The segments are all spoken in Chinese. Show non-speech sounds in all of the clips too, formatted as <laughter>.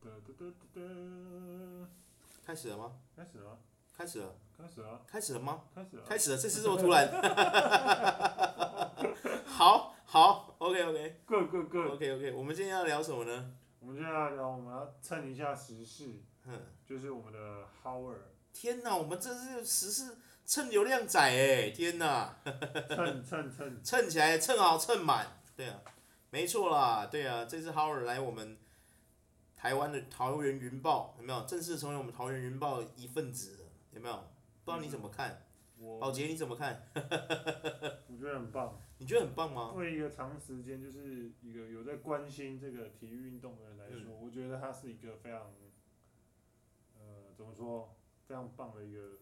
哒哒哒哒，开始了吗？开始了，开始了，开始了，开始了吗？开始了。开始了，这次这么突然。 <laughs> 好，好，OK OK Good good good。 OK OK，我们今天要聊什么呢？我们接下来聊，我们要蹭一下时事，哼，就是我们的 Howard，天哪，我们这是实是蹭流量仔哎，天哪，蹭蹭蹭，蹭起来，蹭好，蹭满，对啊，没错啦，对啊，这次 Howard 来我们台湾的桃园云豹有没有正式成为我们桃园云豹一份子了？有没有？不知道你怎么看，我宝杰你怎么看？我觉得很棒。你觉得很棒吗？作为一个长时间就是一个有在关心这个体育运动的人来说，我觉得他是一个非常，呃，怎么说，非常棒的一个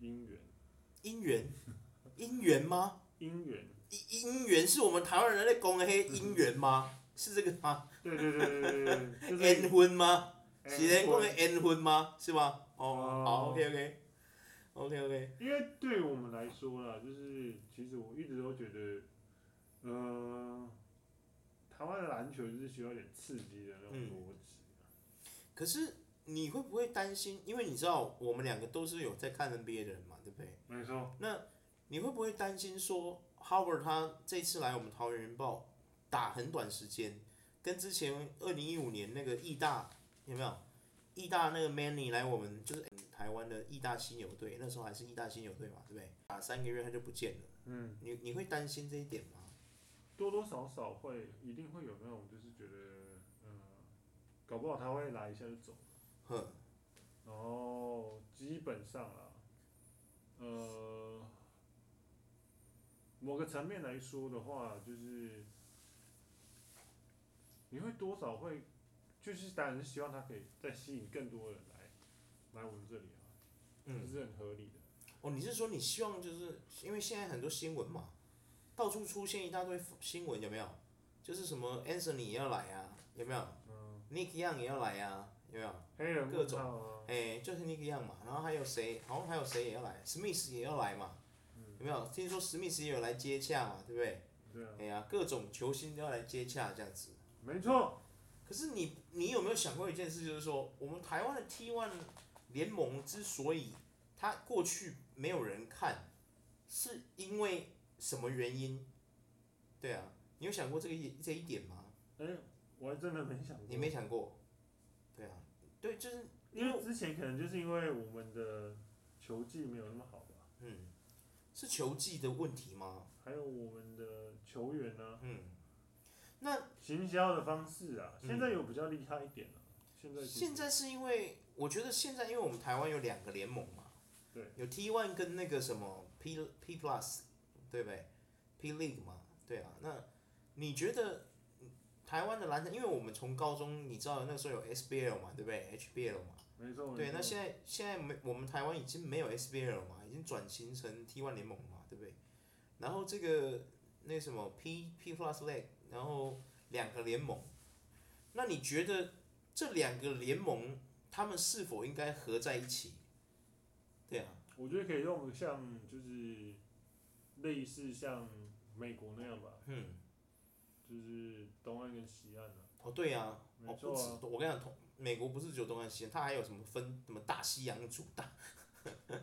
姻缘，姻缘，姻缘吗？姻缘。姻姻缘是我们台湾人在讲的黑姻缘吗？是这个吗？对对对对对对，就是哎缘婚吗？是在讲过的缘婚吗？是吗？哦哦，好，OK OK OK OK，因为对于我们来说啦，就是其实我一直都觉得，呃，台湾的篮球就是需要一点刺激的那种嗯逻辑啊、可是你会不会担心？因为你知道我们两个都是有在看 NBA 的人嘛，对不对？啊没错，那你会不会担心说 Howard 他这次来我们桃园云豹打很短时间，跟之前二零一五年那个义大有没有？义大那个 Manny 来我们就是台湾的义大犀牛队，那时候还是义大犀牛队嘛，对不对？打三个月他就不见了，嗯，你你会担心这一点吗？多多少少会一定会有那种就是觉得，嗯、搞不好他会来一下就走，哼，然后哦基本上啊，呃，某个层面来说的话，就是你会多少会，就是当然是希望他可以再吸引更多人来来我们这里啊，这嗯，是很合理的。哦，你是说你希望就是因为现在很多新闻嘛，到处出现一大堆新闻，有没有？就是什么 Anthony 也要来啊，有没有嗯， ？Nick Young 也要来啊，有没有？黑人各种问号啊，哎、就是那个样嘛。然后还有谁？好像还有谁也要来，Smith 也要来嘛，有没有？听说 Smith 也有来接洽嘛，对不对？对啊，哎呀、各种球星都要来接洽这样子。没错，可是你，你有没有想过一件事，就是说，我们台湾的 T1 联盟之所以它过去没有人看，是因为什么原因？对啊，你有想过这个一这一点吗？哎、我还真的没想过，你没想过？对啊，对，就是因为之前可能就是因为我们的球技没有那么好吧，嗯，是球技的问题吗？还有我们的球员啊呢、嗯，那行销的方式啊，嗯现在有比较厉害一点了、现在其实现在是因为我觉得现在因为我们台湾有两个联盟嘛，对，有 T One 跟那个什么 P P Plus，对不对？P League 嘛，对啊。那你觉得嗯台湾的篮球，因为我们从高中你知道那时候有 SBL 嘛，对不对？HBL 嘛，没错，对。没错那现在现在没我们台湾已经没有 SBL 了嘛，已经转型成 T One 联盟了嘛，对不对？然后这个那什么 P P Plus League，然后两个联盟，那你觉得这两个联盟他们是否应该合在一起？对啊，我觉得可以用像就是类似像美国那样吧，嗯，就是东岸跟西岸啊，哦对啊，没哦不错止啊，，我跟你讲，同美国不是只有东岸西岸，它还有什么分什么大西洋组大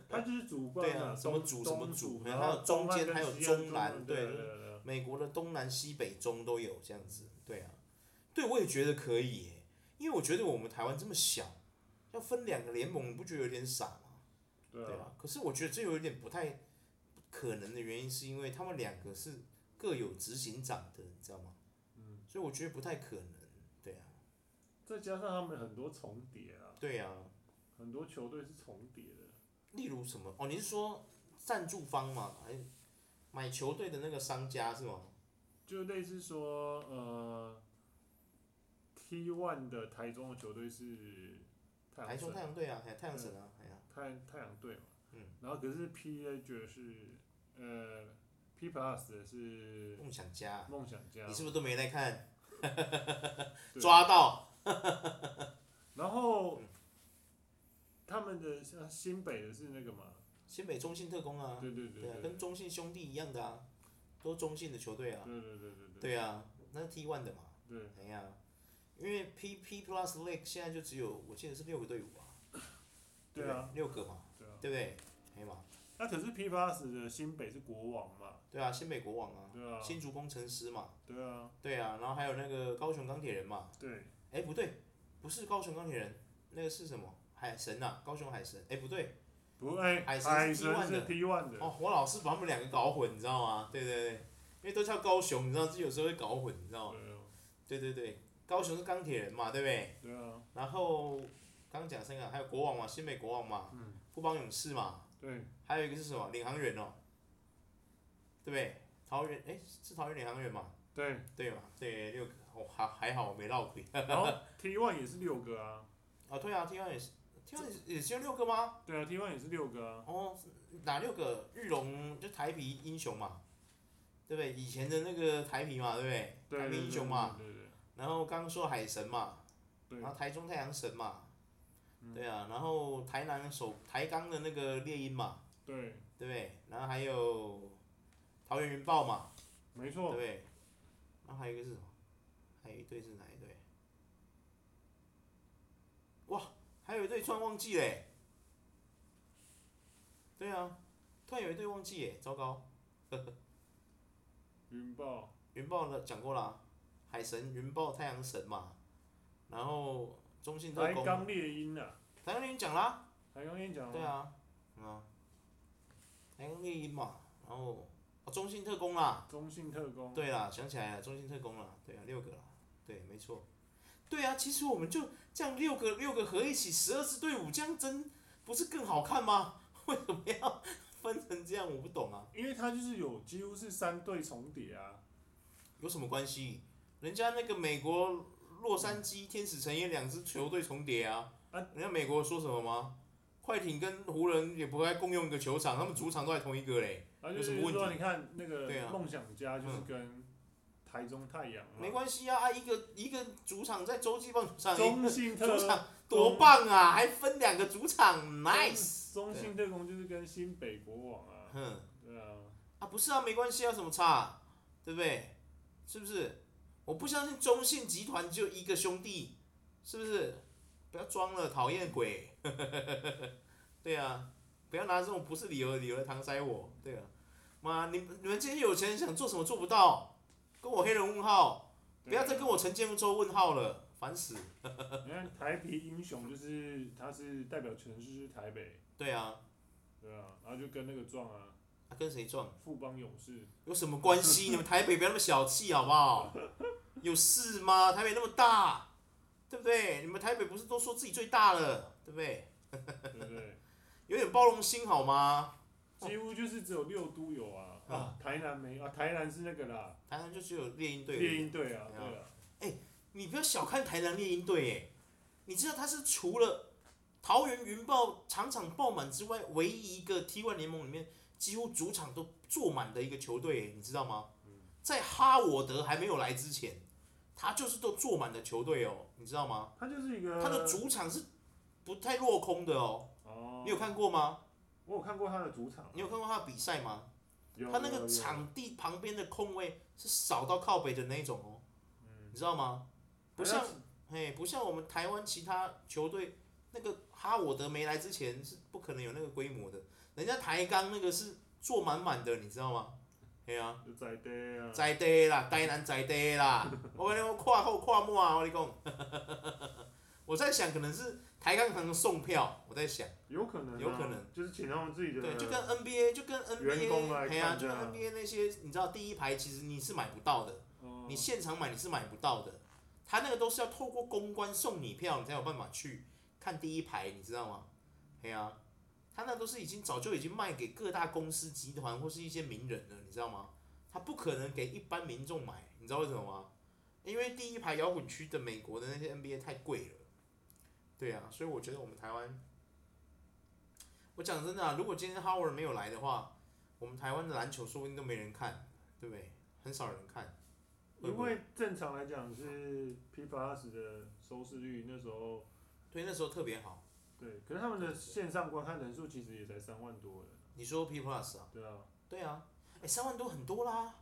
它就是主冠对啊什么东主东什么主主，还有然后中东岸间跟还有西岸中南岸对对对对对啊对美国的东南西北中都有这样子，对啊，对我也觉得可以耶，因为我觉得我们台湾这么小，要分两个联盟，你不觉得有点傻吗？对对啊啊，可是我觉得这有一点不太可能的原因，是因为他们两个是各有执行长的，你知道吗？嗯，所以我觉得不太可能，对啊，再加上他们很多重叠啊，对啊，很多球队是重叠的，例如什么？哦，你是说赞助方嘛，还是买球队的那个商家是吗？就类似说，呃，T one 的台中的球队是太阳台神中嗯太阳队啊，哎太阳神啊，哎呀、太太阳队嘛，嗯，然后可是 P A 觉得是，呃，P Plus 的是梦想家啊、梦想家你，是不是都没在看？ <laughs> 对抓到，然后嗯他们的像新北的是那个嘛，新北中信特工啊，对对对对啊对，，对跟中信兄弟一样的啊，都中信的球队啊，对对对对对啊，那是 T one 的嘛，对，哎呀、因为 P P Plus League 现在就只有我记得是六个队伍吧，对啊，不六个嘛，对啊。对不对？哎黑马，那可是 P Plus 的新北是国王嘛？对啊，新北国王啊，对啊，新竹工程师嘛，对啊，对啊，然后还有那个高雄钢铁人嘛，对，哎不对，不是高雄钢铁人，那个是什么？海神呐、啊，高雄海神，哎不对，不过哎，海神海是 T1 神是的 T one 的，哦，我老是把他们两个搞混，你知道吗？对对对，因为都叫高雄，你知道自己有时候会搞混，你知道对吗？啊对对对，高雄是钢铁人嘛，对不对？对啊，然后刚讲三个，还有国王嘛，新北国王嘛，嗯，富邦勇士嘛，对，还有一个是什么？领航员哦，对不对？桃园，哎，是桃园领航员嘛？ <laughs> 对，对嘛？对，六个，哦，还还好我没绕鬼。然后 T one 也是六个啊，啊，对啊，T 1也是，T 1也是也只有六个吗？对啊，T one 也是六个啊，哦，哪六个？日龙就台皮英雄嘛，对不对？以前的那个台皮嘛，对不对？对台对皮英对雄嘛，啊对对然后刚说海神嘛，对然后台中太阳神嘛，嗯对啊，然后台南首台钢的那个猎鹰嘛，对，对不对？然后还有桃园云豹嘛，没对错不，对？然后还有一个是什么？还有一队是哪一队？哇，还有一队突然忘记嘞、对啊，突然有一队忘记耶、糟糕！云豹，云豹呢讲过啦，海神、云豹、太阳神嘛，然后中信特台工，钢猎鹰啊，台钢猎鹰讲啦，台钢猎鹰讲对了，啊，嗯啊，台钢猎鹰嘛，然后、哦、中信特工啦，中信特工，对啦，想起来了，中信特工啦，对啊，六个啦，对，没错，对啊，其实我们就这样六个六个合一起十二支队伍，这样真不是更好看吗？ <laughs> 为什么要分成这样？我不懂啊，因为它就是有几乎是三对重叠啊，有什么关系？人家那个美国洛杉矶天使城也两支球队重叠啊，啊人家美国说什么吗？快艇跟湖人也不该共用一个球场，他们主场都在同一个嘞，然后有就什么是问说题你看那对啊个梦想家就是嗯跟台中太阳嘛没，关系啊，啊一个一个主场在洲际棒球场，一中个信特主场多棒啊！还分两个主场中，nice。中信特工就是跟新北国王啊，哼，对啊，啊不是啊，没关系啊，有什么差、对不对？是不是？我不相信中信集团只有一个兄弟，是不是？不要装了，讨厌鬼。 <laughs> 对啊，不要拿这种不是理由的理由来搪塞我。对啊，妈，你们你们这些有钱人想做什么做不到？跟我黑人问号，不要再跟我。我陈建州问号了，烦死。啊你看台啤英雄就是他是代表全市是台北，对啊，对啊，然后就跟那个撞啊，啊跟谁撞？富邦勇士，有什么 <laughs> 关系？你们台北不要那么小气好不好？有事吗？台北那么大，对不对？你们台北不是都说自己最大了，对不对？对不对？有点包容心好吗？几乎就是只有六都有啊，哦啊，台南没啊，台南是那个啦，台南就只有猎鹰队而已，猎鹰队啊，对啊对啊，你不要小看台南猎鹰队哎，你知道他是除了桃园云豹场场爆满之外，唯一一个 T1 联盟里面几乎主场都坐满的一个球队耶，欸你知道吗？嗯在哈沃德还没有来之前，他就是都坐满的球队哦，你知道吗？他啊就是一个它的主场是不太落空的哦。哦，你有看过吗？我有看过他的主场，啊你有看过他的比赛吗？有他那有个有场地旁边的空位是少到靠北的那一种哦，嗯啊你知道吗？不好像嘿，不像我们台湾其他球队，那个哈沃德没来之前是不可能有那个规模的。人家台钢那个是坐满满的，你知道吗？嘿啊，就在地啊，在地啦，台南在地啦， <laughs> 我跟你讲，跨后跨末啊，我跟你讲， <laughs> 我在想可能是台钢可能送票，我在想。有可能啊有可能就是请他们自己的对，就跟 NBA 就跟员工来 NBA，看哎呀、就这跟样 NBA 那些，你知道第一排其实你是买不到的，哦你现场买你是买不到的，他那个都是要透过公关送你票，你才有办法去看第一排，你知道吗？哎呀、他那都是已经早就已经卖给各大公司集团或是一些名人了，你知道吗？他不可能给一般民众买，你知道为什么吗？因为第一排摇滚区的美国的那些 NBA 太贵了，对啊，所以我觉得我们台湾，我讲真的啊，如果今天 Howard 没有来的话，我们台湾的篮球说不定都没人看，对不对？很少人看，会因不会为正常来讲是 P Plus 的收视率那时候对，那时候特别好。对，可是他们的线上观看人数其实也才三万多人，你说 P Plus 啊？对啊。对啊，哎，三万多很多啦。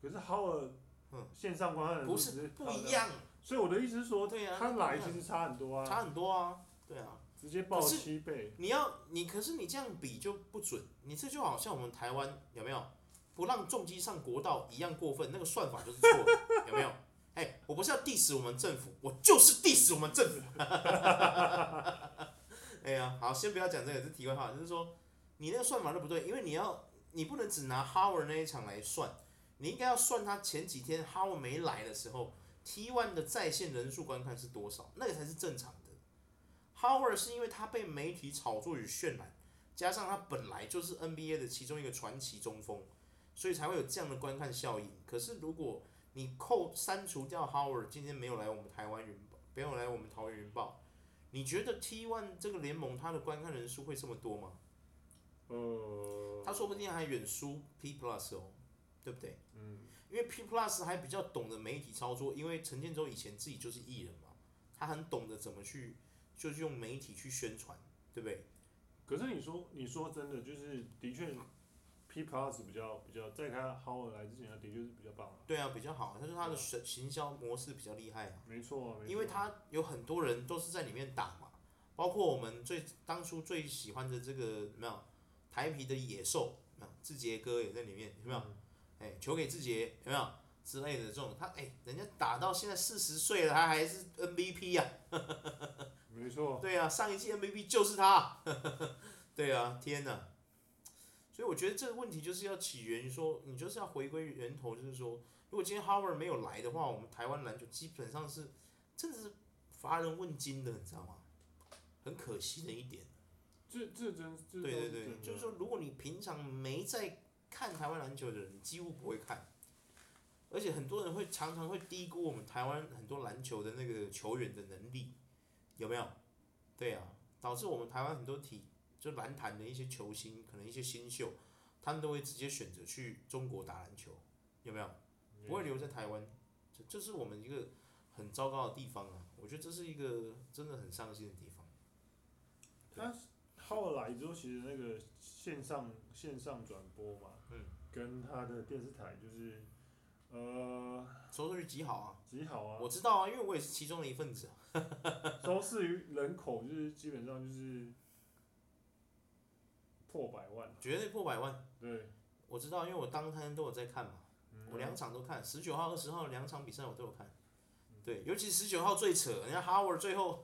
可是 Howard 嗯线上观看人数不只是不靠一这，样，所以我的意思是说，对啊他来不一样其实差很多啊，差很多啊，对啊。直接爆可是七倍，你要你可是你这样比就不准，你这就好像我们台湾有没有不让重机上国道一样过分，那个算法就是错的， <laughs> 有没有？哎、我不是要 diss 我们政府，我就是 diss 我们政府。 <laughs> 哎呀，好，先不要讲这个，这题外话，就是说你那个算法都不对，因为你要你不能只拿 Howard 那一场来算，你应该要算他前几天 Howard 没来的时候，T1 的在线人数观看是多少，那个才是正常的。Howard 是因为他被媒体炒作与渲染，加上他本来就是 NBA 的其中一个传奇中锋，所以才会有这样的观看效应。可是如果你扣删除掉 Howard 今天没有来我们台湾云豹，没有来我们桃园云豹，你觉得 T1 这个联盟它的观看人数会这么多吗？呃，他说不定还远输 P Plus 哦，对不对？嗯，因为 P Plus 还比较懂得媒体操作，因为陈建州以前自己就是艺人嘛，他很懂得怎么去，就是用媒体去宣传，对不对？可是你说你说真的，就是的确 P Plus 比较比较，在他 Howard 来之前，他的确是比较棒的，对啊，比较好，但是他的行行销模式比较厉害啊，没错，啊没错因为他有很多人都是在里面打嘛，包括我们最当初最喜欢的这个有没有台皮的野兽，有没有志杰哥也在里面，有没有？嗯哎、球给志杰有没有之类的这种，他哎、人家打到现在四十岁了，他还是 MVP 呀、没错，啊对啊，上一季 MVP 就是他。 <laughs> 对啊，天哪！所以我觉得这个问题就是要起源于说，你就是要回归源头，就是说，如果今天 Howard 没有来的话，我们台湾篮球基本上是真的是乏人问津的，你知道吗？很可惜的一点。这这真这对都是对真对，的啊就是说，如果你平常没在看台湾篮球的人，你几乎不会看，而且很多人会常常会低估我们台湾很多篮球的那个球员的能力，有没有？对啊，导致我们台湾很多体就篮坛的一些球星，可能一些新秀，他们都会直接选择去中国打篮球，有没有？不会留在台湾，这这是我们一个很糟糕的地方啊！我觉得这是一个真的很伤心的地方。后来之后，其实那个线上线上转播嘛，嗯，跟他的电视台就是，呃，收视率极好啊！极好啊我，知道啊，因为我也是其中的一份子啊。 <laughs> 收视于人口就是基本上就是破百万，啊绝对破百万。对，我知道，因为我当天都有在看嘛，嗯我两场都看，十九号、二十号两场比赛我都有看。对，尤其十九号最扯，人家哈维尔最后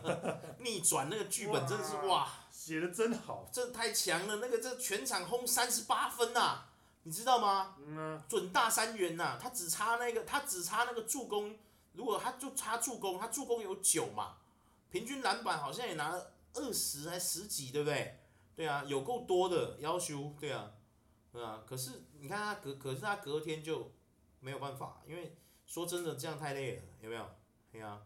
<laughs> 逆转那个剧本真的是哇，写的真好，哦这太强了，那个这全场轰三十八分呐、你知道吗？嗯啊，准大三元呐、他只差那个，他只差那个助攻，如果他就差助攻，他助攻有九嘛，平均篮板好像也拿了二十还十几，对不对？对啊，有够多的要求，对啊，对啊。可是你看他隔，可是他隔天就没有办法，因为说真的，这样太累了，有没有？对啊，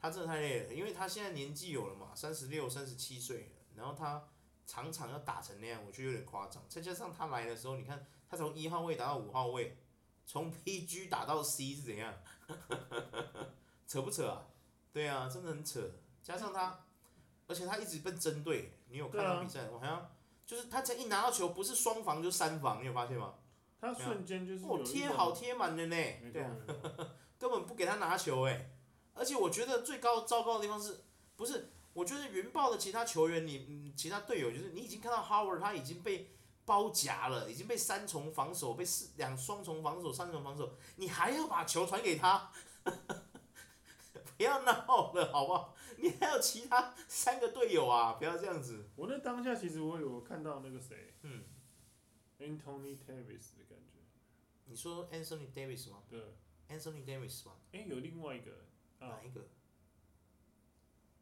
他真的太累了，因为他现在年纪有了嘛，三十六、三十七岁了，然后他常常要打成那样，我觉得有点夸张。再加上他来的时候，你看。他从一号位打到五号位，从 PG 打到 C 是怎样？ <laughs> 扯不扯啊？对啊，真的很扯。加上他，而且他一直被针对，你有看对啊到比赛？我好像就是他才一拿到球，不是双防就是三防，你有发现吗？他瞬间就是有哦，一贴种好，贴满的呢没，对错啊，没错，根本不给他拿球哎。而且我觉得最高糟糕的地方是不是？我觉得云豹的其他球员，你嗯其他队友就是你已经看到 Howard 他已经被包夹了，已经被三重防守，被四两双重防守、三重防守，你还要把球传给他， <laughs> 不要闹了好不好？你还有其他三个队友啊，不要这样子。我那当下其实我有看到那个谁嗯， Anthony Davis 的感觉，你说 Anthony Davis 吗对， ？Anthony Davis 吗？哎，有另外一个啊哪，一个？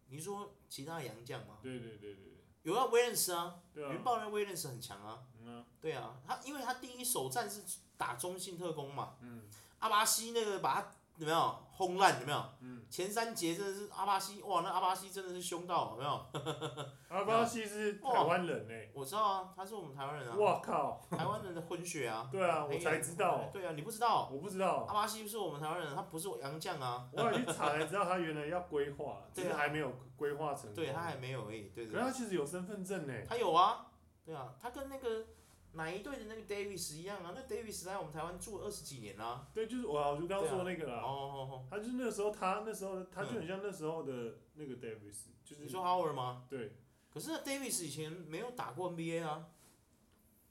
你说其他洋将吗？对对对对对，有啊，Williams 啊。对云啊，豹那威廉斯很强啊，嗯啊，对啊，他因为他第一首战是打中信特工嘛，嗯阿巴西那个把他有没有轰烂有没有？嗯，前三节真的是阿巴西，哇，那阿巴西真的是凶到有没有？阿巴西是台湾人哎，我知道啊，他是我们台湾人啊，哇靠，台湾人的混血啊，对啊， <laughs> 我才知道，对啊，你不知道，我不知阿道，巴西是我们台湾人，他不是洋将啊，我有去查才知道他原来要规划， <laughs> 只对啊是还没有规划成功，对他还没有而已，对可对是对他其实有身份证呢，他有啊，对啊，他跟那个哪一队的那个 Davis 一样啊？那 Davis 来我们台湾住了二十几年啦、对，就是我啊，我就刚刚说对那个啦，哦哦哦，他就是那时候他那时候他就很像那时候的那个 Davis，就是你说 Howard 吗？对，可是那 Davis 以前没有打过 NBA 啊。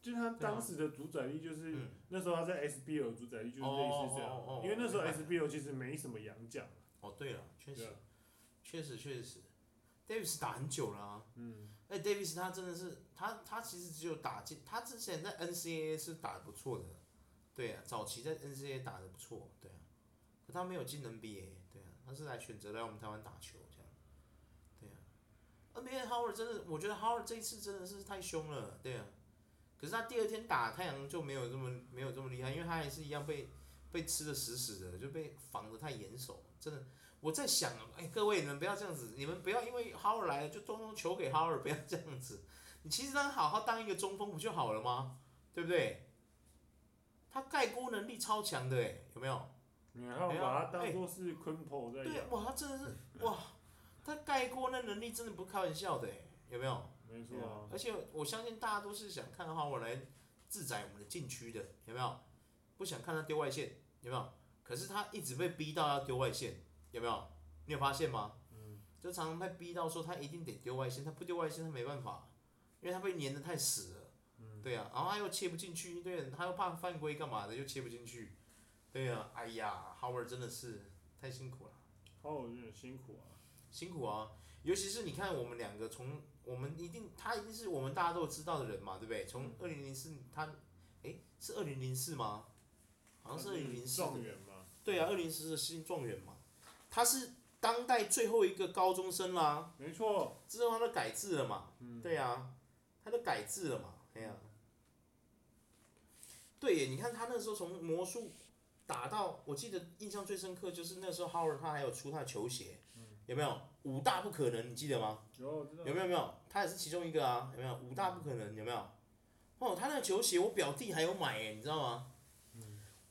就是他对啊当时的主宰力就是、嗯，那时候他在 SBL 主宰力就是类似这样，哦哦哦哦哦因为那时候明白 SBL 其实没什么洋将，哦对了，确对实啊，确实确实，Davis 打很久了啊。嗯，哎，Davis 他真的是，他他其实只有打进，他之前在 NCAA 是打的不错的，对啊，早期在 NCAA 打的不错，对啊，可他没有进 NBA，对啊，他是来选择来我们台湾打球这样，对啊，NBA Howard 真的，我觉得 Howard 这一次真的是太凶了，对啊，可是他第二天打太阳就没有这么没有这么厉害，因为他还是一样被被吃的死死的，就被防的太严守，真的。我在想，哎、各位，你们不要这样子，你们不要因为哈尔来了就通通球给哈尔，不要这样子。你其实让他好好当一个中锋不就好了吗？对不对？他盖锅能力超强的，哎，有没有？然后没有把他当哎做是 Quimpo 在对啊养，，哇，他真的是哇，他盖锅那能力真的不开玩笑的，哎，有没有？没对错啊啊，而且我相信大家都是想看哈维来自宰我们的禁区的，有没有？不想看他丢外线，有没有？可是他一直被逼到要丢外线，有没有？你有发现吗？嗯，就常常被逼到说他一定得丢外线，他不丢外线他没办法，因为他被粘得太死了。嗯，对呀、啊然后他又切不进去，对，他又怕犯规干嘛的，又切不进去。对呀、哎呀，Howard 真的是太辛苦了。好，我觉得很辛苦啊，辛苦啊！尤其是你看我们两个从我们一定他一定是我们大家都知道的人嘛，对不对？从二零零四他，诶，是二零零四吗？好像是二零零四状元嘛，对啊，二零零四的新状元嘛，他是当代最后一个高中生啦，没错，之后他都改制了嘛，嗯，对啊，他都改制了嘛，哎呀、对耶，你看他那时候从魔术打到，我记得印象最深刻就是那时候 Howard 他还有出他的球鞋，有没有？五大不可能，你记得吗？有知道有没有没有？他也是其中一个啊，有没有？五大不可能，有没有？哦，他那个球鞋我表弟还有买耶，你知道吗？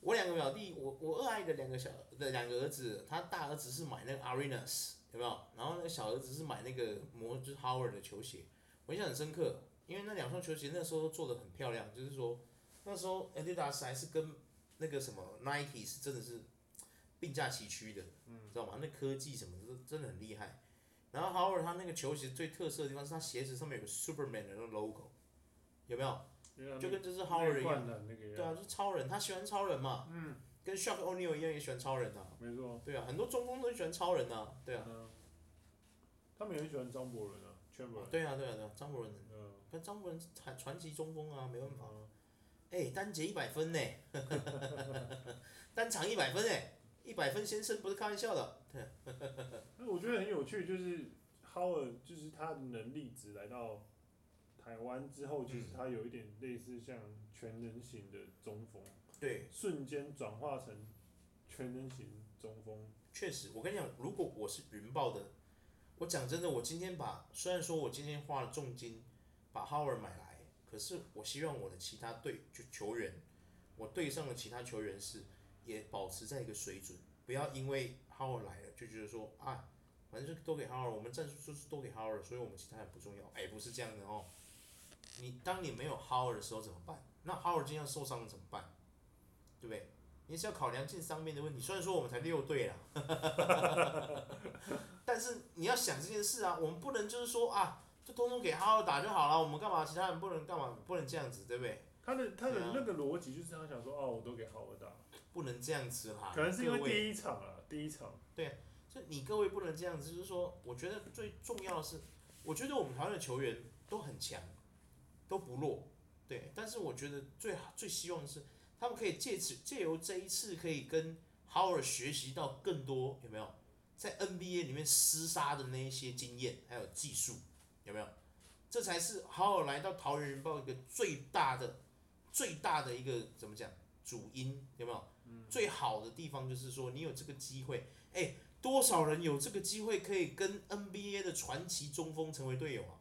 我两个表弟，我我二阿姨的两个小的两个儿子，他大儿子是买那个 Arenas，有没有？然后那个小儿子是买那个魔就是 Howard 的球鞋，我印象很深刻，因为那两双球鞋那时候都做的很漂亮，就是说那时候 Adidas 还是跟那个什么 Nike 是真的是并驾齐驱的，嗯你知道吗？那科技什么的都真的很厉害。然后 Howard 他那个球鞋最特色的地方是他鞋子上面有个 Superman 的那个 logo，有没有？有就跟就是 Howard 内一样，贯的那个对啊，样，就是超人，他喜欢超人嘛，嗯，跟 Shaq O'Neal 一样也喜欢超人啊，没错，对啊，很多中锋都喜欢超人啊，对啊，嗯，他们也很喜欢张伯伦啊，圈伯伦，对啊，对啊，对啊，张伯伦，嗯，可张伯伦是传传奇中锋啊，没办法，哎，单节一百分呢， <laughs> 单场一百分哎，一百分先生不是开玩笑的，那我觉得很有趣，就是 Howard 就是他的能力值来到台湾之后，其实嗯他有一点类似像全能型的中锋，对，瞬间转化成全能型中锋。确实，我跟你讲，如果我是云豹的，我讲真的，我今天把虽然说我今天花了重金把 Howard 买来，可是我希望我的其他队就球员，我队上的其他球员是也保持在一个水准，不要因为 Howard 来了就觉得说啊，反正就都给 Howard，我们战术就是都给 Howard，所以我们其他人不重要。哎，不是这样的哦。你当你没有 Howard 的时候怎么办？那 Howard 今天受伤了怎么办？对不对？你是要考量进伤病的问题。虽然说我们才六队啦，但是你要想这件事啊，我们不能就是说啊，就通通给哈尔打就好了，我们干嘛？其他人不能干嘛？不能这样子，对不对？他的他对啊的那个逻辑就是他想说，哦，我都给 Howard 打，不能这样子啦。可能是因啊各为位第一场啊，第一场，所以你各位不能这样子，就是说，我觉得最重要的是，我觉得我们台湾的球员都很强，都不弱，对。但是我觉得最好最希望的是，他们可以借此借由这一次，可以跟哈尔学习到更多，有没有？在 NBA 里面厮杀的那一些经验，还有技术，有没有？这才是哈尔来到桃园云豹一个最大的、最大的一个怎么讲主因，有没有？最好的地方就是说，你有这个机会，哎、多少人有这个机会可以跟 NBA 的传奇中锋成为队友啊？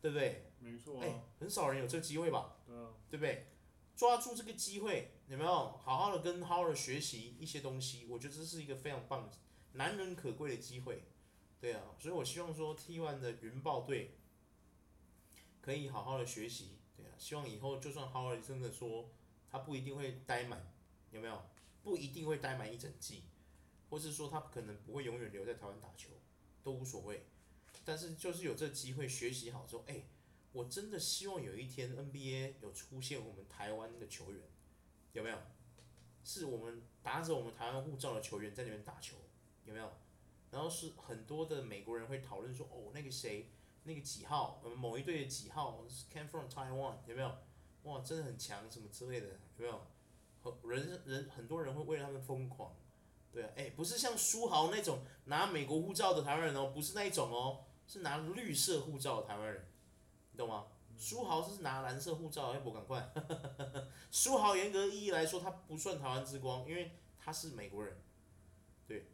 对不对？没错哎、啊，很少人有这个机会吧？对啊，对不对？抓住这个机会，有没有好好的跟 Howard 学习一些东西？我觉得这是一个非常棒、难能可贵的机会。对啊，所以我希望说 T1 的云豹队可以好好的学习，对啊，希望以后就算 Howard 真的说他不一定会待满，有没有？不一定会待满一整季，或是说他可能不会永远留在台湾打球，都无所谓。但是就是有这机会学习好之后，哎、我真的希望有一天 NBA 有出现我们台湾的球员，有没有？是我们打着我们台湾护照的球员在那边打球，有没有？然后是很多的美国人会讨论说，哦，那个谁，那个几号，我们某一队的几号是 came from Taiwan，有没有？哇，真的很强，什么之类的，有没有？很人人很多人会为他们疯狂，对啊，哎、不是像书豪那种拿美国护照的台湾人哦，不是那一种哦，是拿绿色护照的台湾人，你懂吗？书豪是拿蓝色护照，哎，我赶快。 <laughs> 书豪严格意义来说，他不算台湾之光，因为他是美国人。对，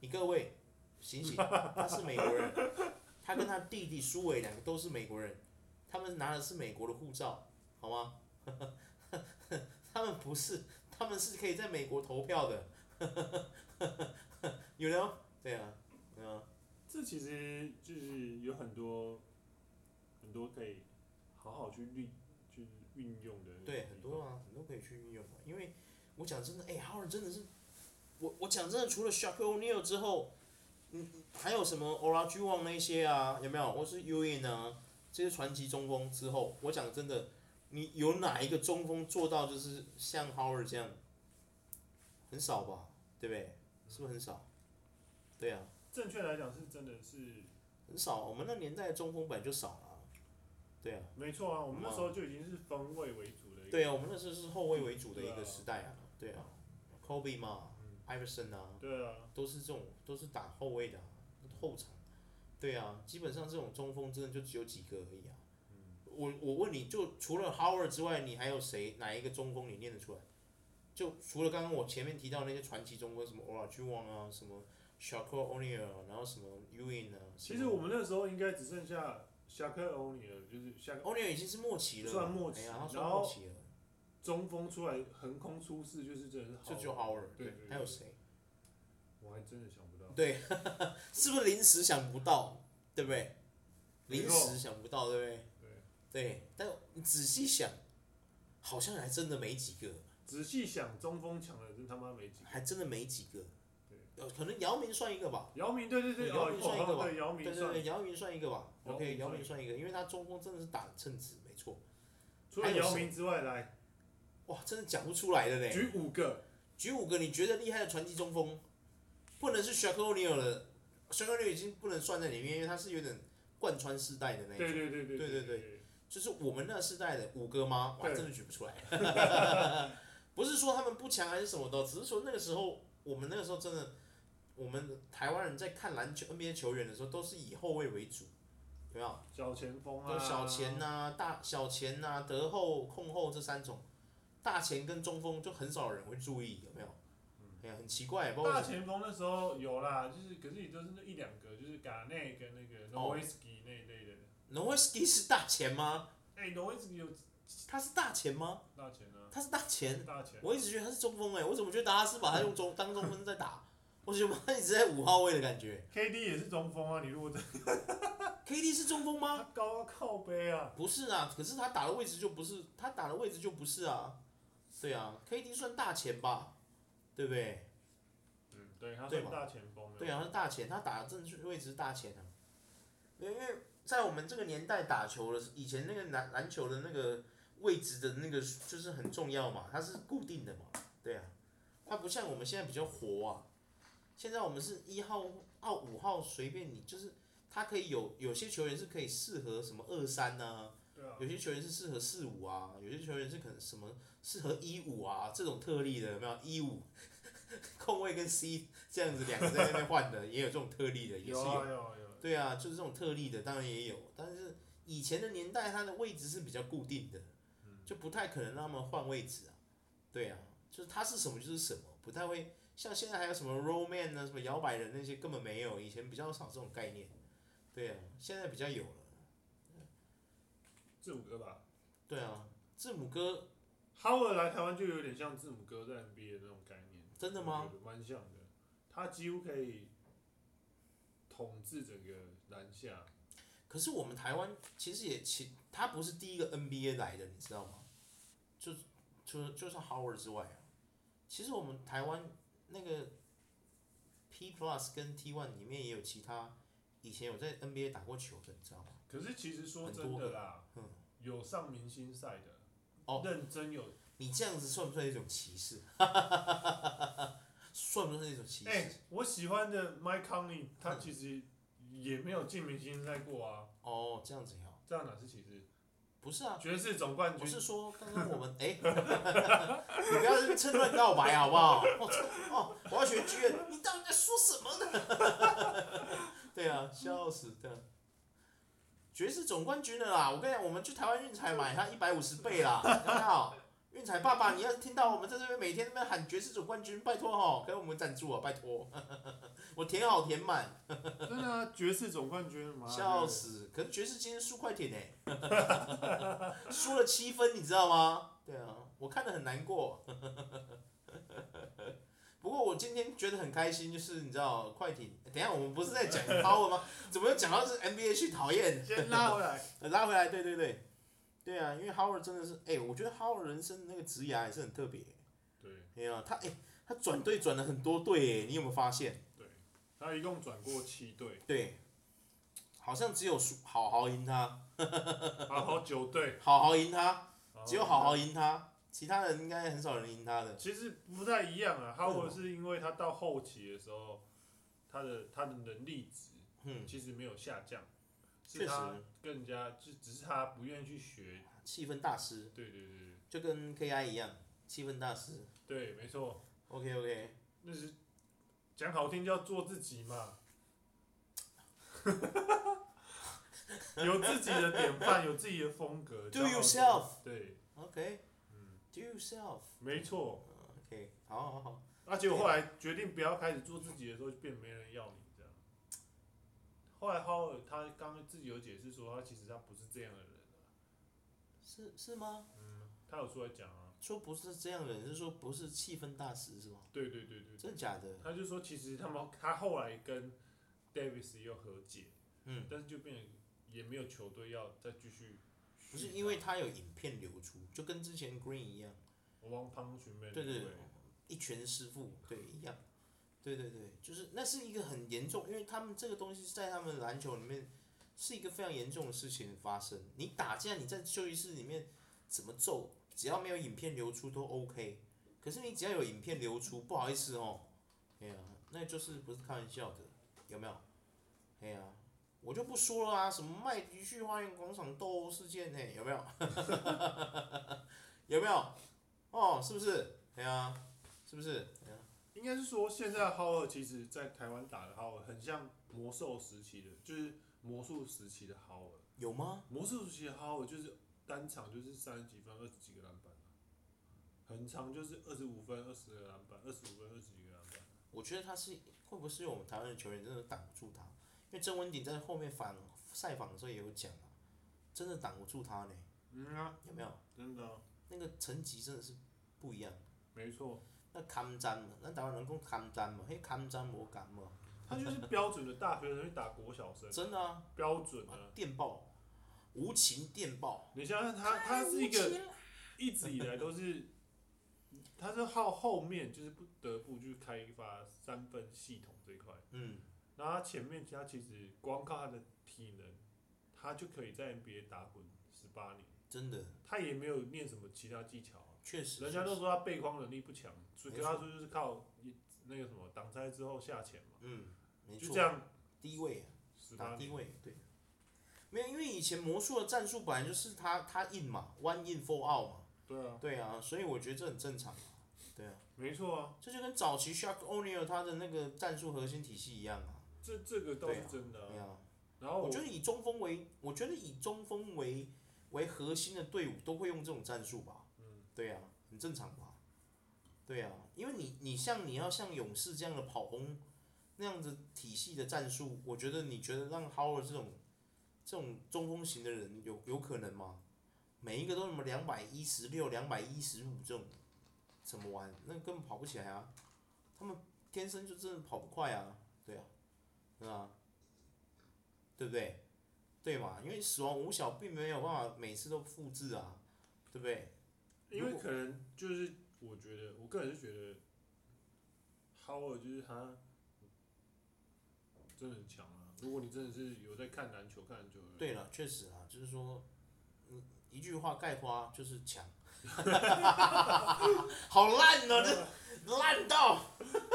你各位醒醒，他是美国人， <laughs> 他跟他弟弟苏伟两个都是美国人，他们拿的是美国的护照，好吗？ <laughs> 他们不是，他们是可以在美国投票的。 <laughs> 有人对啊，对啊，这其实就是有很多很多可以好好去运就是运用的地方，对，很多啊，很多可以去运用嘛。因为我讲真的，哎、h o w a r d 真的是，我我讲真的，除了 Shaq O'Neal 之后，嗯，还有什么 Olajuwon 那些啊，有没有？或是 Uin 啊，这些传奇中锋之后，我讲真的，你有哪一个中锋做到就是像 Howard 这样？很少吧，对不对？是不是很少？对啊，正确来讲是真的是很少。我们那年代的中锋本来就少了啊、对啊。没错啊，我们那时候就已经是分位为主的一个，对啊，我们那时候是后卫为主的一对个啊嗯时代啊，对啊，Kobe 嘛，Iverson 啊，对啊，都是这种都是打后卫的、啊，后场，对啊，基本上这种中锋真的就只有几个而已啊。嗯我我问你就除了 Howard 之外，你还有谁哪一个中锋你念得出来？就除了刚刚我前面提到那些传奇中锋，什么 Olajuwon 啊，什么 Shaq O'Neal，啊然后什么 Ewing 啊，其实我们那时候应该只剩下侠客欧尼尔，就是侠客 O'Neal 已经是末期了嘛，算末期哎呀，他然算后末期了，中锋出来横空出世，就是真的是好就只有 Howard，对对对还有谁？我还真的想不到，对， <laughs> 是不是临时想不到，对不对？没临错时想不到，对不对？对，对，但你仔细想，好像还真的没几个，仔细想中锋抢的真他妈没几个，还真的没几个对。呃，可能姚明算一个吧，姚明对对对，姚哦明算一个吧对姚对明对算对，，姚明算一个吧。姚明 OK，姚算明一算一个，因为他中锋真的是打得称职，没错。除了还有姚谁明之外，来哇，真的讲不出来了嘞。举五个，举五个你觉得厉害的传奇中锋，不能是 Shaq O'Neal 了，Shaq O'Neal 已经不能算在里面，因为他是有点贯穿世代的那一种。对对对对对对对对，就是我们那世代的五哥吗？我还对真的举不出来。 <laughs> 不是说他们不强还是什么的，只是说那个时候我们那个时候真的，我们台湾人在看篮球 NBA 球员的时候，都是以后卫为主，有没有？小前锋啊，有小前呐、大小前呐、得后、控后这三种，大前跟中锋就很少人会注意，有没有？哎呀，很奇怪，不知嗯道大为什么前锋那时候有啦，就是可是也都是那一两个，就是嘎内跟那个哦 Nowitzki 那一类的。 Nowitzki 是大前吗？哎，Nowitzki 有他是大前吗？大前啊，他是大前。大前。我一直觉得他是中锋哎、我怎么觉得大家是把他用中当中锋在打？我觉得他一直在五号位的感觉。 KD 也是中锋啊，你如果真 KD 是中锋吗他？高靠背啊，不是啊，可是他打的位置就不是，他打的位置就不是啊。对啊，KD 算大前吧，对不对？嗯，对，他对是嘛大前锋的。对啊，他是大前，他打的正确位置是大前啊。因为在我们这个年代打球的时，以前那个篮篮球的那个位置的那个就是很重要嘛，它是固定的嘛，对啊，它不像我们现在比较活啊。现在我们是一号、二五号随便你，就是他可以有有些球员是可以适合什么二三呐，对啊，有些球员是适合四五啊，有些球员是可能什么适合一五啊这种特例的有没有？一五 <laughs> 控卫跟 C 这样子两个在那边换的，也有这种特例的，也是有啊有啊有啊。对啊，就是这种特例的当然也有，但是以前的年代它的位置是比较固定的，嗯就不太可能让他们换位置啊。对啊，就是它是什么就是什么，不太会像现在还有什么 roll man 啊、什么摇摆人那些根本没有，以前比较少这种概念。对啊，现在比较有了。字母哥吧，对啊，字母哥哈维尔来台湾就有点像字母哥在 NBA 的那种概念。真的吗我觉得蛮像的，他几乎可以统治整个篮下。可是我们台湾其实也其他不是第一个 NBA 来的，你知道吗？就除就像 Howard 之外啊，其实我们台湾那个 P Plus 跟 T One 里面也有其他以前有在 NBA 打过球的，你知道吗？可是其实说很真多的啦，嗯有上明星赛的，哦认真有，你这样子算不算一种歧视？ <laughs> 算不算一种歧视？哎、我喜欢的 Mike Conley 他嗯其实也没有进明星赛过啊，哦，这样子也好，这样哪是歧视？不是啊，爵士总冠我军是说刚刚我们哎， <laughs> 你不要趁乱告白好不好？哦这哦，我要学剧院，你到底在说什么呢？ <laughs> 对啊，笑死对啊。爵士总冠军了啦！我跟你讲，我们去台湾运彩买它一百五十倍啦，好不好？运彩爸爸，你要是听到我们在这边每天在那边喊爵士总冠军，拜托哈，给我们赞助啊，拜托！ <laughs> 我填好填满。真的啊，爵士总冠军嘛，笑死！啊可是爵士今天输快艇哎、 <laughs> 输了七分，你知道吗？对啊，我看得很难过。 <laughs> 不过我今天觉得很开心，就是你知道快艇，等一下我们不是在讲 Power 吗？怎么又讲到是 NBA 去讨厌？先拉回来，呃拉回来，对对对，对啊，因为 Howard 真的是，哎、我觉得 Howard 人生那个职涯也是很特别、对哎呀、他哎、他转队转了很多队、哎，你有没有发现？对，他一共转过七队，对，好像只有输好好赢他，好好九队，好好赢他，然后只有好好赢他，其他人应该很少人赢他的。其实不太一样啊。哈为维什是因为他到后期的时候，他的他的能力值嗯，其实没有下降，确是实他更加就只是他不愿意去学。气氛大师对对对就跟 KI 一样，气氛大师。对，没错， OK OK，那是讲好听叫做自己嘛。 <laughs> 有自己的典范，有自己的风格。 Do 骄傲 yourself 对， OK，嗯， do yourself。没错。 OK，好好好，而且我后来决定不要开始做自己的时候，就变没人要你这样。后来哈尔他刚刚自己有解释说，他其实他不是这样的人啊、是是吗？嗯，他有出来讲啊，说不是这样的人，是说不是气氛大师是吗？对对对对对，真的假的？他就说其实他们他后来跟 Davis 又和解，嗯，但是就变成也没有球队要再继续续他。不是因为他有影片流出，就跟之前 Green 一样，王胖群妹对对对一拳师傅，对一样。对对对，就是那是一个很严重，因为他们这个东西在他们篮球里面是一个非常严重的事情发生。你打架，你在休息室里面怎么揍，只要没有影片流出都 OK。可是你只要有影片流出，不好意思哦，哎呀、那就是不是开玩笑的，有没有？哎呀、我就不说了啊，什么麦迪逊花园广场斗殴事件呢、有没有？ <laughs> 有没有？哦，是不是？哎呀、是不是？哎呀、应该是说，现在哈尔其实在台湾打的哈尔很像魔兽时期的，就是魔术时期的哈尔。有吗？魔术时期的哈维就是单场就是三十几分、二十几个篮板啊、很长就是二十五分、二十个篮板、二十五分、二十几个篮板。我觉得他是会不会是因为我们台湾的球员真的挡不住他？因为郑文鼎在后面反赛访的时候也有讲啊，真的挡不住他呢，嗯啊，有没有？真的啊、那个层级真的是不一样。没错，那堪詹嘛，咱台湾人讲堪詹嘛，迄堪詹无敢嘛，他就是标准的大学生去打国小生，真的啊，标准的、啊啊。电爆，无情电爆，你想想他，他是一个一直以来都是，他是靠后面就是不得不去开发三分系统这一块，嗯，然后他前面他其实光靠他的体能，他就可以在 NBA 打滚十八年。真的，他也没有念什么其他技巧啊、确实，人家都说他背框能力不强，所以没跟错他说就是靠一那个什么挡拆之后下潜嘛，嗯，没就错这，样嗯低位啊。十打八低年。位，对。没有，因为以前魔术的战术本来就是他他印嘛，one in four out 嘛，对啊，对啊，所以我觉得这很正常嘛，对啊，没错啊，这就跟早期 Shark O'Neal 他的那个战术核心体系一样啊，这这个倒对是啊真的、对啊。啊，然后我我觉得以中锋为，我觉得以中锋为为核心的队伍都会用这种战术吧，嗯，对啊，很正常吧，对啊，因为你你像你要像勇士这样的跑轰那样子体系的战术，我觉得你觉得让 Howard 这种这种中锋型的人有有可能吗？每一个都什么两百一十六、两百一十五这种，怎么玩？那根本跑不起来啊！他们天生就真的跑不快啊，对啊，对啊，对不对？对嘛？因为死亡五小并没有办法每次都复制啊，对不对？因为如果可能就是我觉得，我个人是觉得，Howard 就是他真的很强啊。如果你真的是有在看篮球，看篮球的人，对了，确实啊，就是说，嗯，一句话概括啊就是强， <laughs> 好烂哦、这烂到，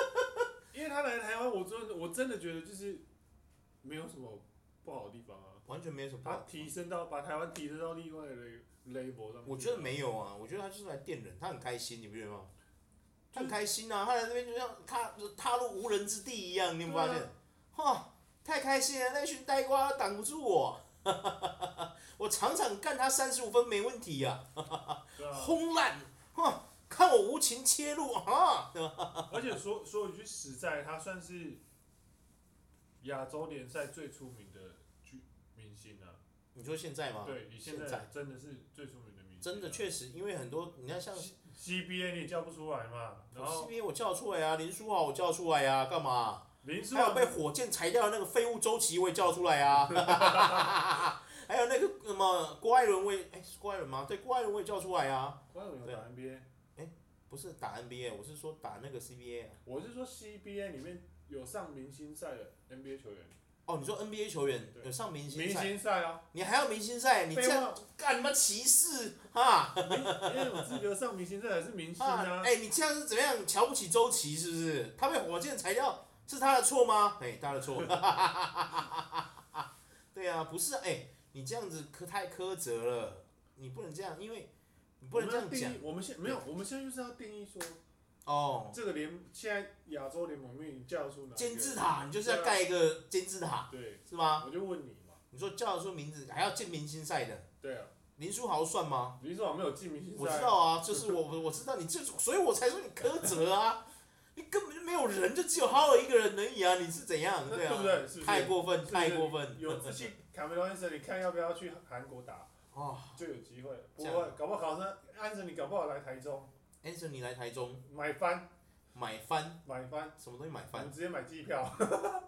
<laughs> 因为他来台湾，我真的我真的觉得就是没有什么不好的地方啊。完全没有什么不好他提升到把台湾提升到另外的 label 上去，我觉得没有啊，我觉得他就是来电人，他很开心，你不觉得吗？他嗯很开心啊，他来这边就像踏踏入无人之地一样，你有没有发对啊现？哇，太开心了！那群呆瓜挡不住我， <laughs> 我场场干他三十五分没问题呀、对啊。轰烂！哼，看我无情切入啊！对吧而且说说一句实在，他算是亚洲联赛最出名的巨明星啊。你说现在吗？对，你现啊现在在真的是最出名的明星啊、真的确实，因为很多你看像 CBA 你也叫不出来嘛，然后 CBA 我叫出来呀、啊，林书豪我叫出来呀、啊干嘛？林书还有豪被火箭裁掉的那个废物周琦，我也叫出来啊！ <laughs> 还有那个什么郭艾伦，我也哎、是郭艾伦吗？对，郭艾伦我也叫出来啊！关有对打 NBA，不是打 NBA，我是说打那个 CBA 啊。我是说 CBA 里面有上明星赛的 NBA 球员，哦，你说 NBA 球员对有上明星明赛，星赛啊，你还要明星赛？你这废样话，干什么歧视啊？因为有资格上明星赛的是明星啊，啊，哎、你这样是怎么样？瞧不起周琦是不是？他被火箭裁掉是他的错吗？哎、他的错。 <laughs> 对啊，不是哎、你这样子可太苛责了，你不能这样，因为你不能这我们要样讲定义。我们现没有，我们现在就是要定义说哦。这个联现在亚洲联盟里面你叫得出哪一个金字塔，你就是要盖一个金字塔，对，是吗？我就问你嘛，你说叫得出名字，还要进明星赛的，对啊，林书豪算吗？林书豪没有进明星我赛知啊，道啊，就是我我我知道你这，所以我才说你苛责啊，你根本就没有人，就只有哈尔一个人而已啊，你是怎样？那对对 <laughs> 啊不，对？是不太是？过分，是太过 <laughs> 分，有志气，卡梅隆安森，你看要不要去韩国打？ <laughs> 哦就有机会，不这样会，搞不好考生安着你，搞不好来台中 Anthony 来台中买翻买翻，买翻，什么东西买我翻们？直接买机 <laughs> 票。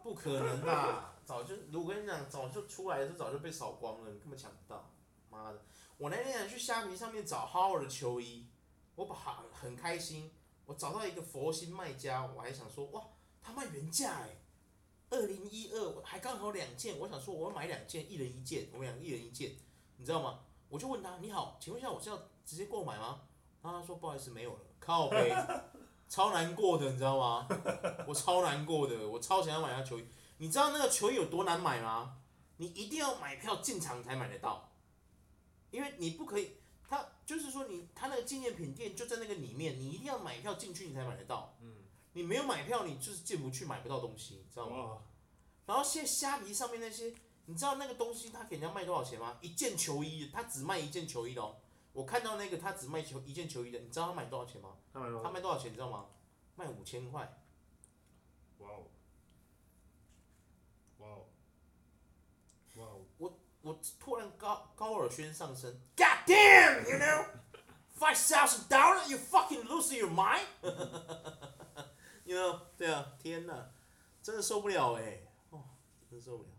不可能啊！ <laughs> 早就，我跟你讲，早就出来的时候早就被扫光了，你根本抢不到。妈的！我那天还去虾皮上面找 Howard 的球衣，我把它很开心，我找到一个佛心卖家，我还想说哇，他卖原价哎、二零一二我还刚好两件，我想说我要买两件，一人一件，我们俩一人一件，你知道吗？我就问他你好，请问一下我是要直接购买吗？然后他说不好意思没有了，靠背，超难过的你知道吗？我超难过的，我超想要买他球衣。你知道那个球衣有多难买吗？你一定要买票进场才买得到，因为你不可以，他就是说你他那个纪念品店就在那个里面，你一定要买票进去你才买得到。嗯，你没有买票，你就是进不去，买不到东西，你知道吗？哇，哦然后现在虾皮上面那些，你知道那个东西它给人家卖多少钱吗？一件球衣，他只卖一件球衣的哦。我看到那个他只卖球一件球衣的，你知道他卖多少钱吗？他买多他少？卖多少钱你知道吗？卖五千块。哇哦，哇哦，哇哦，我突然高高尔宣上身，God damn, you know, five thousand dollars, you fucking losing your mind, <laughs> you 欸 know，对啊，天哪，真的受不了哎、哦，真的受不了。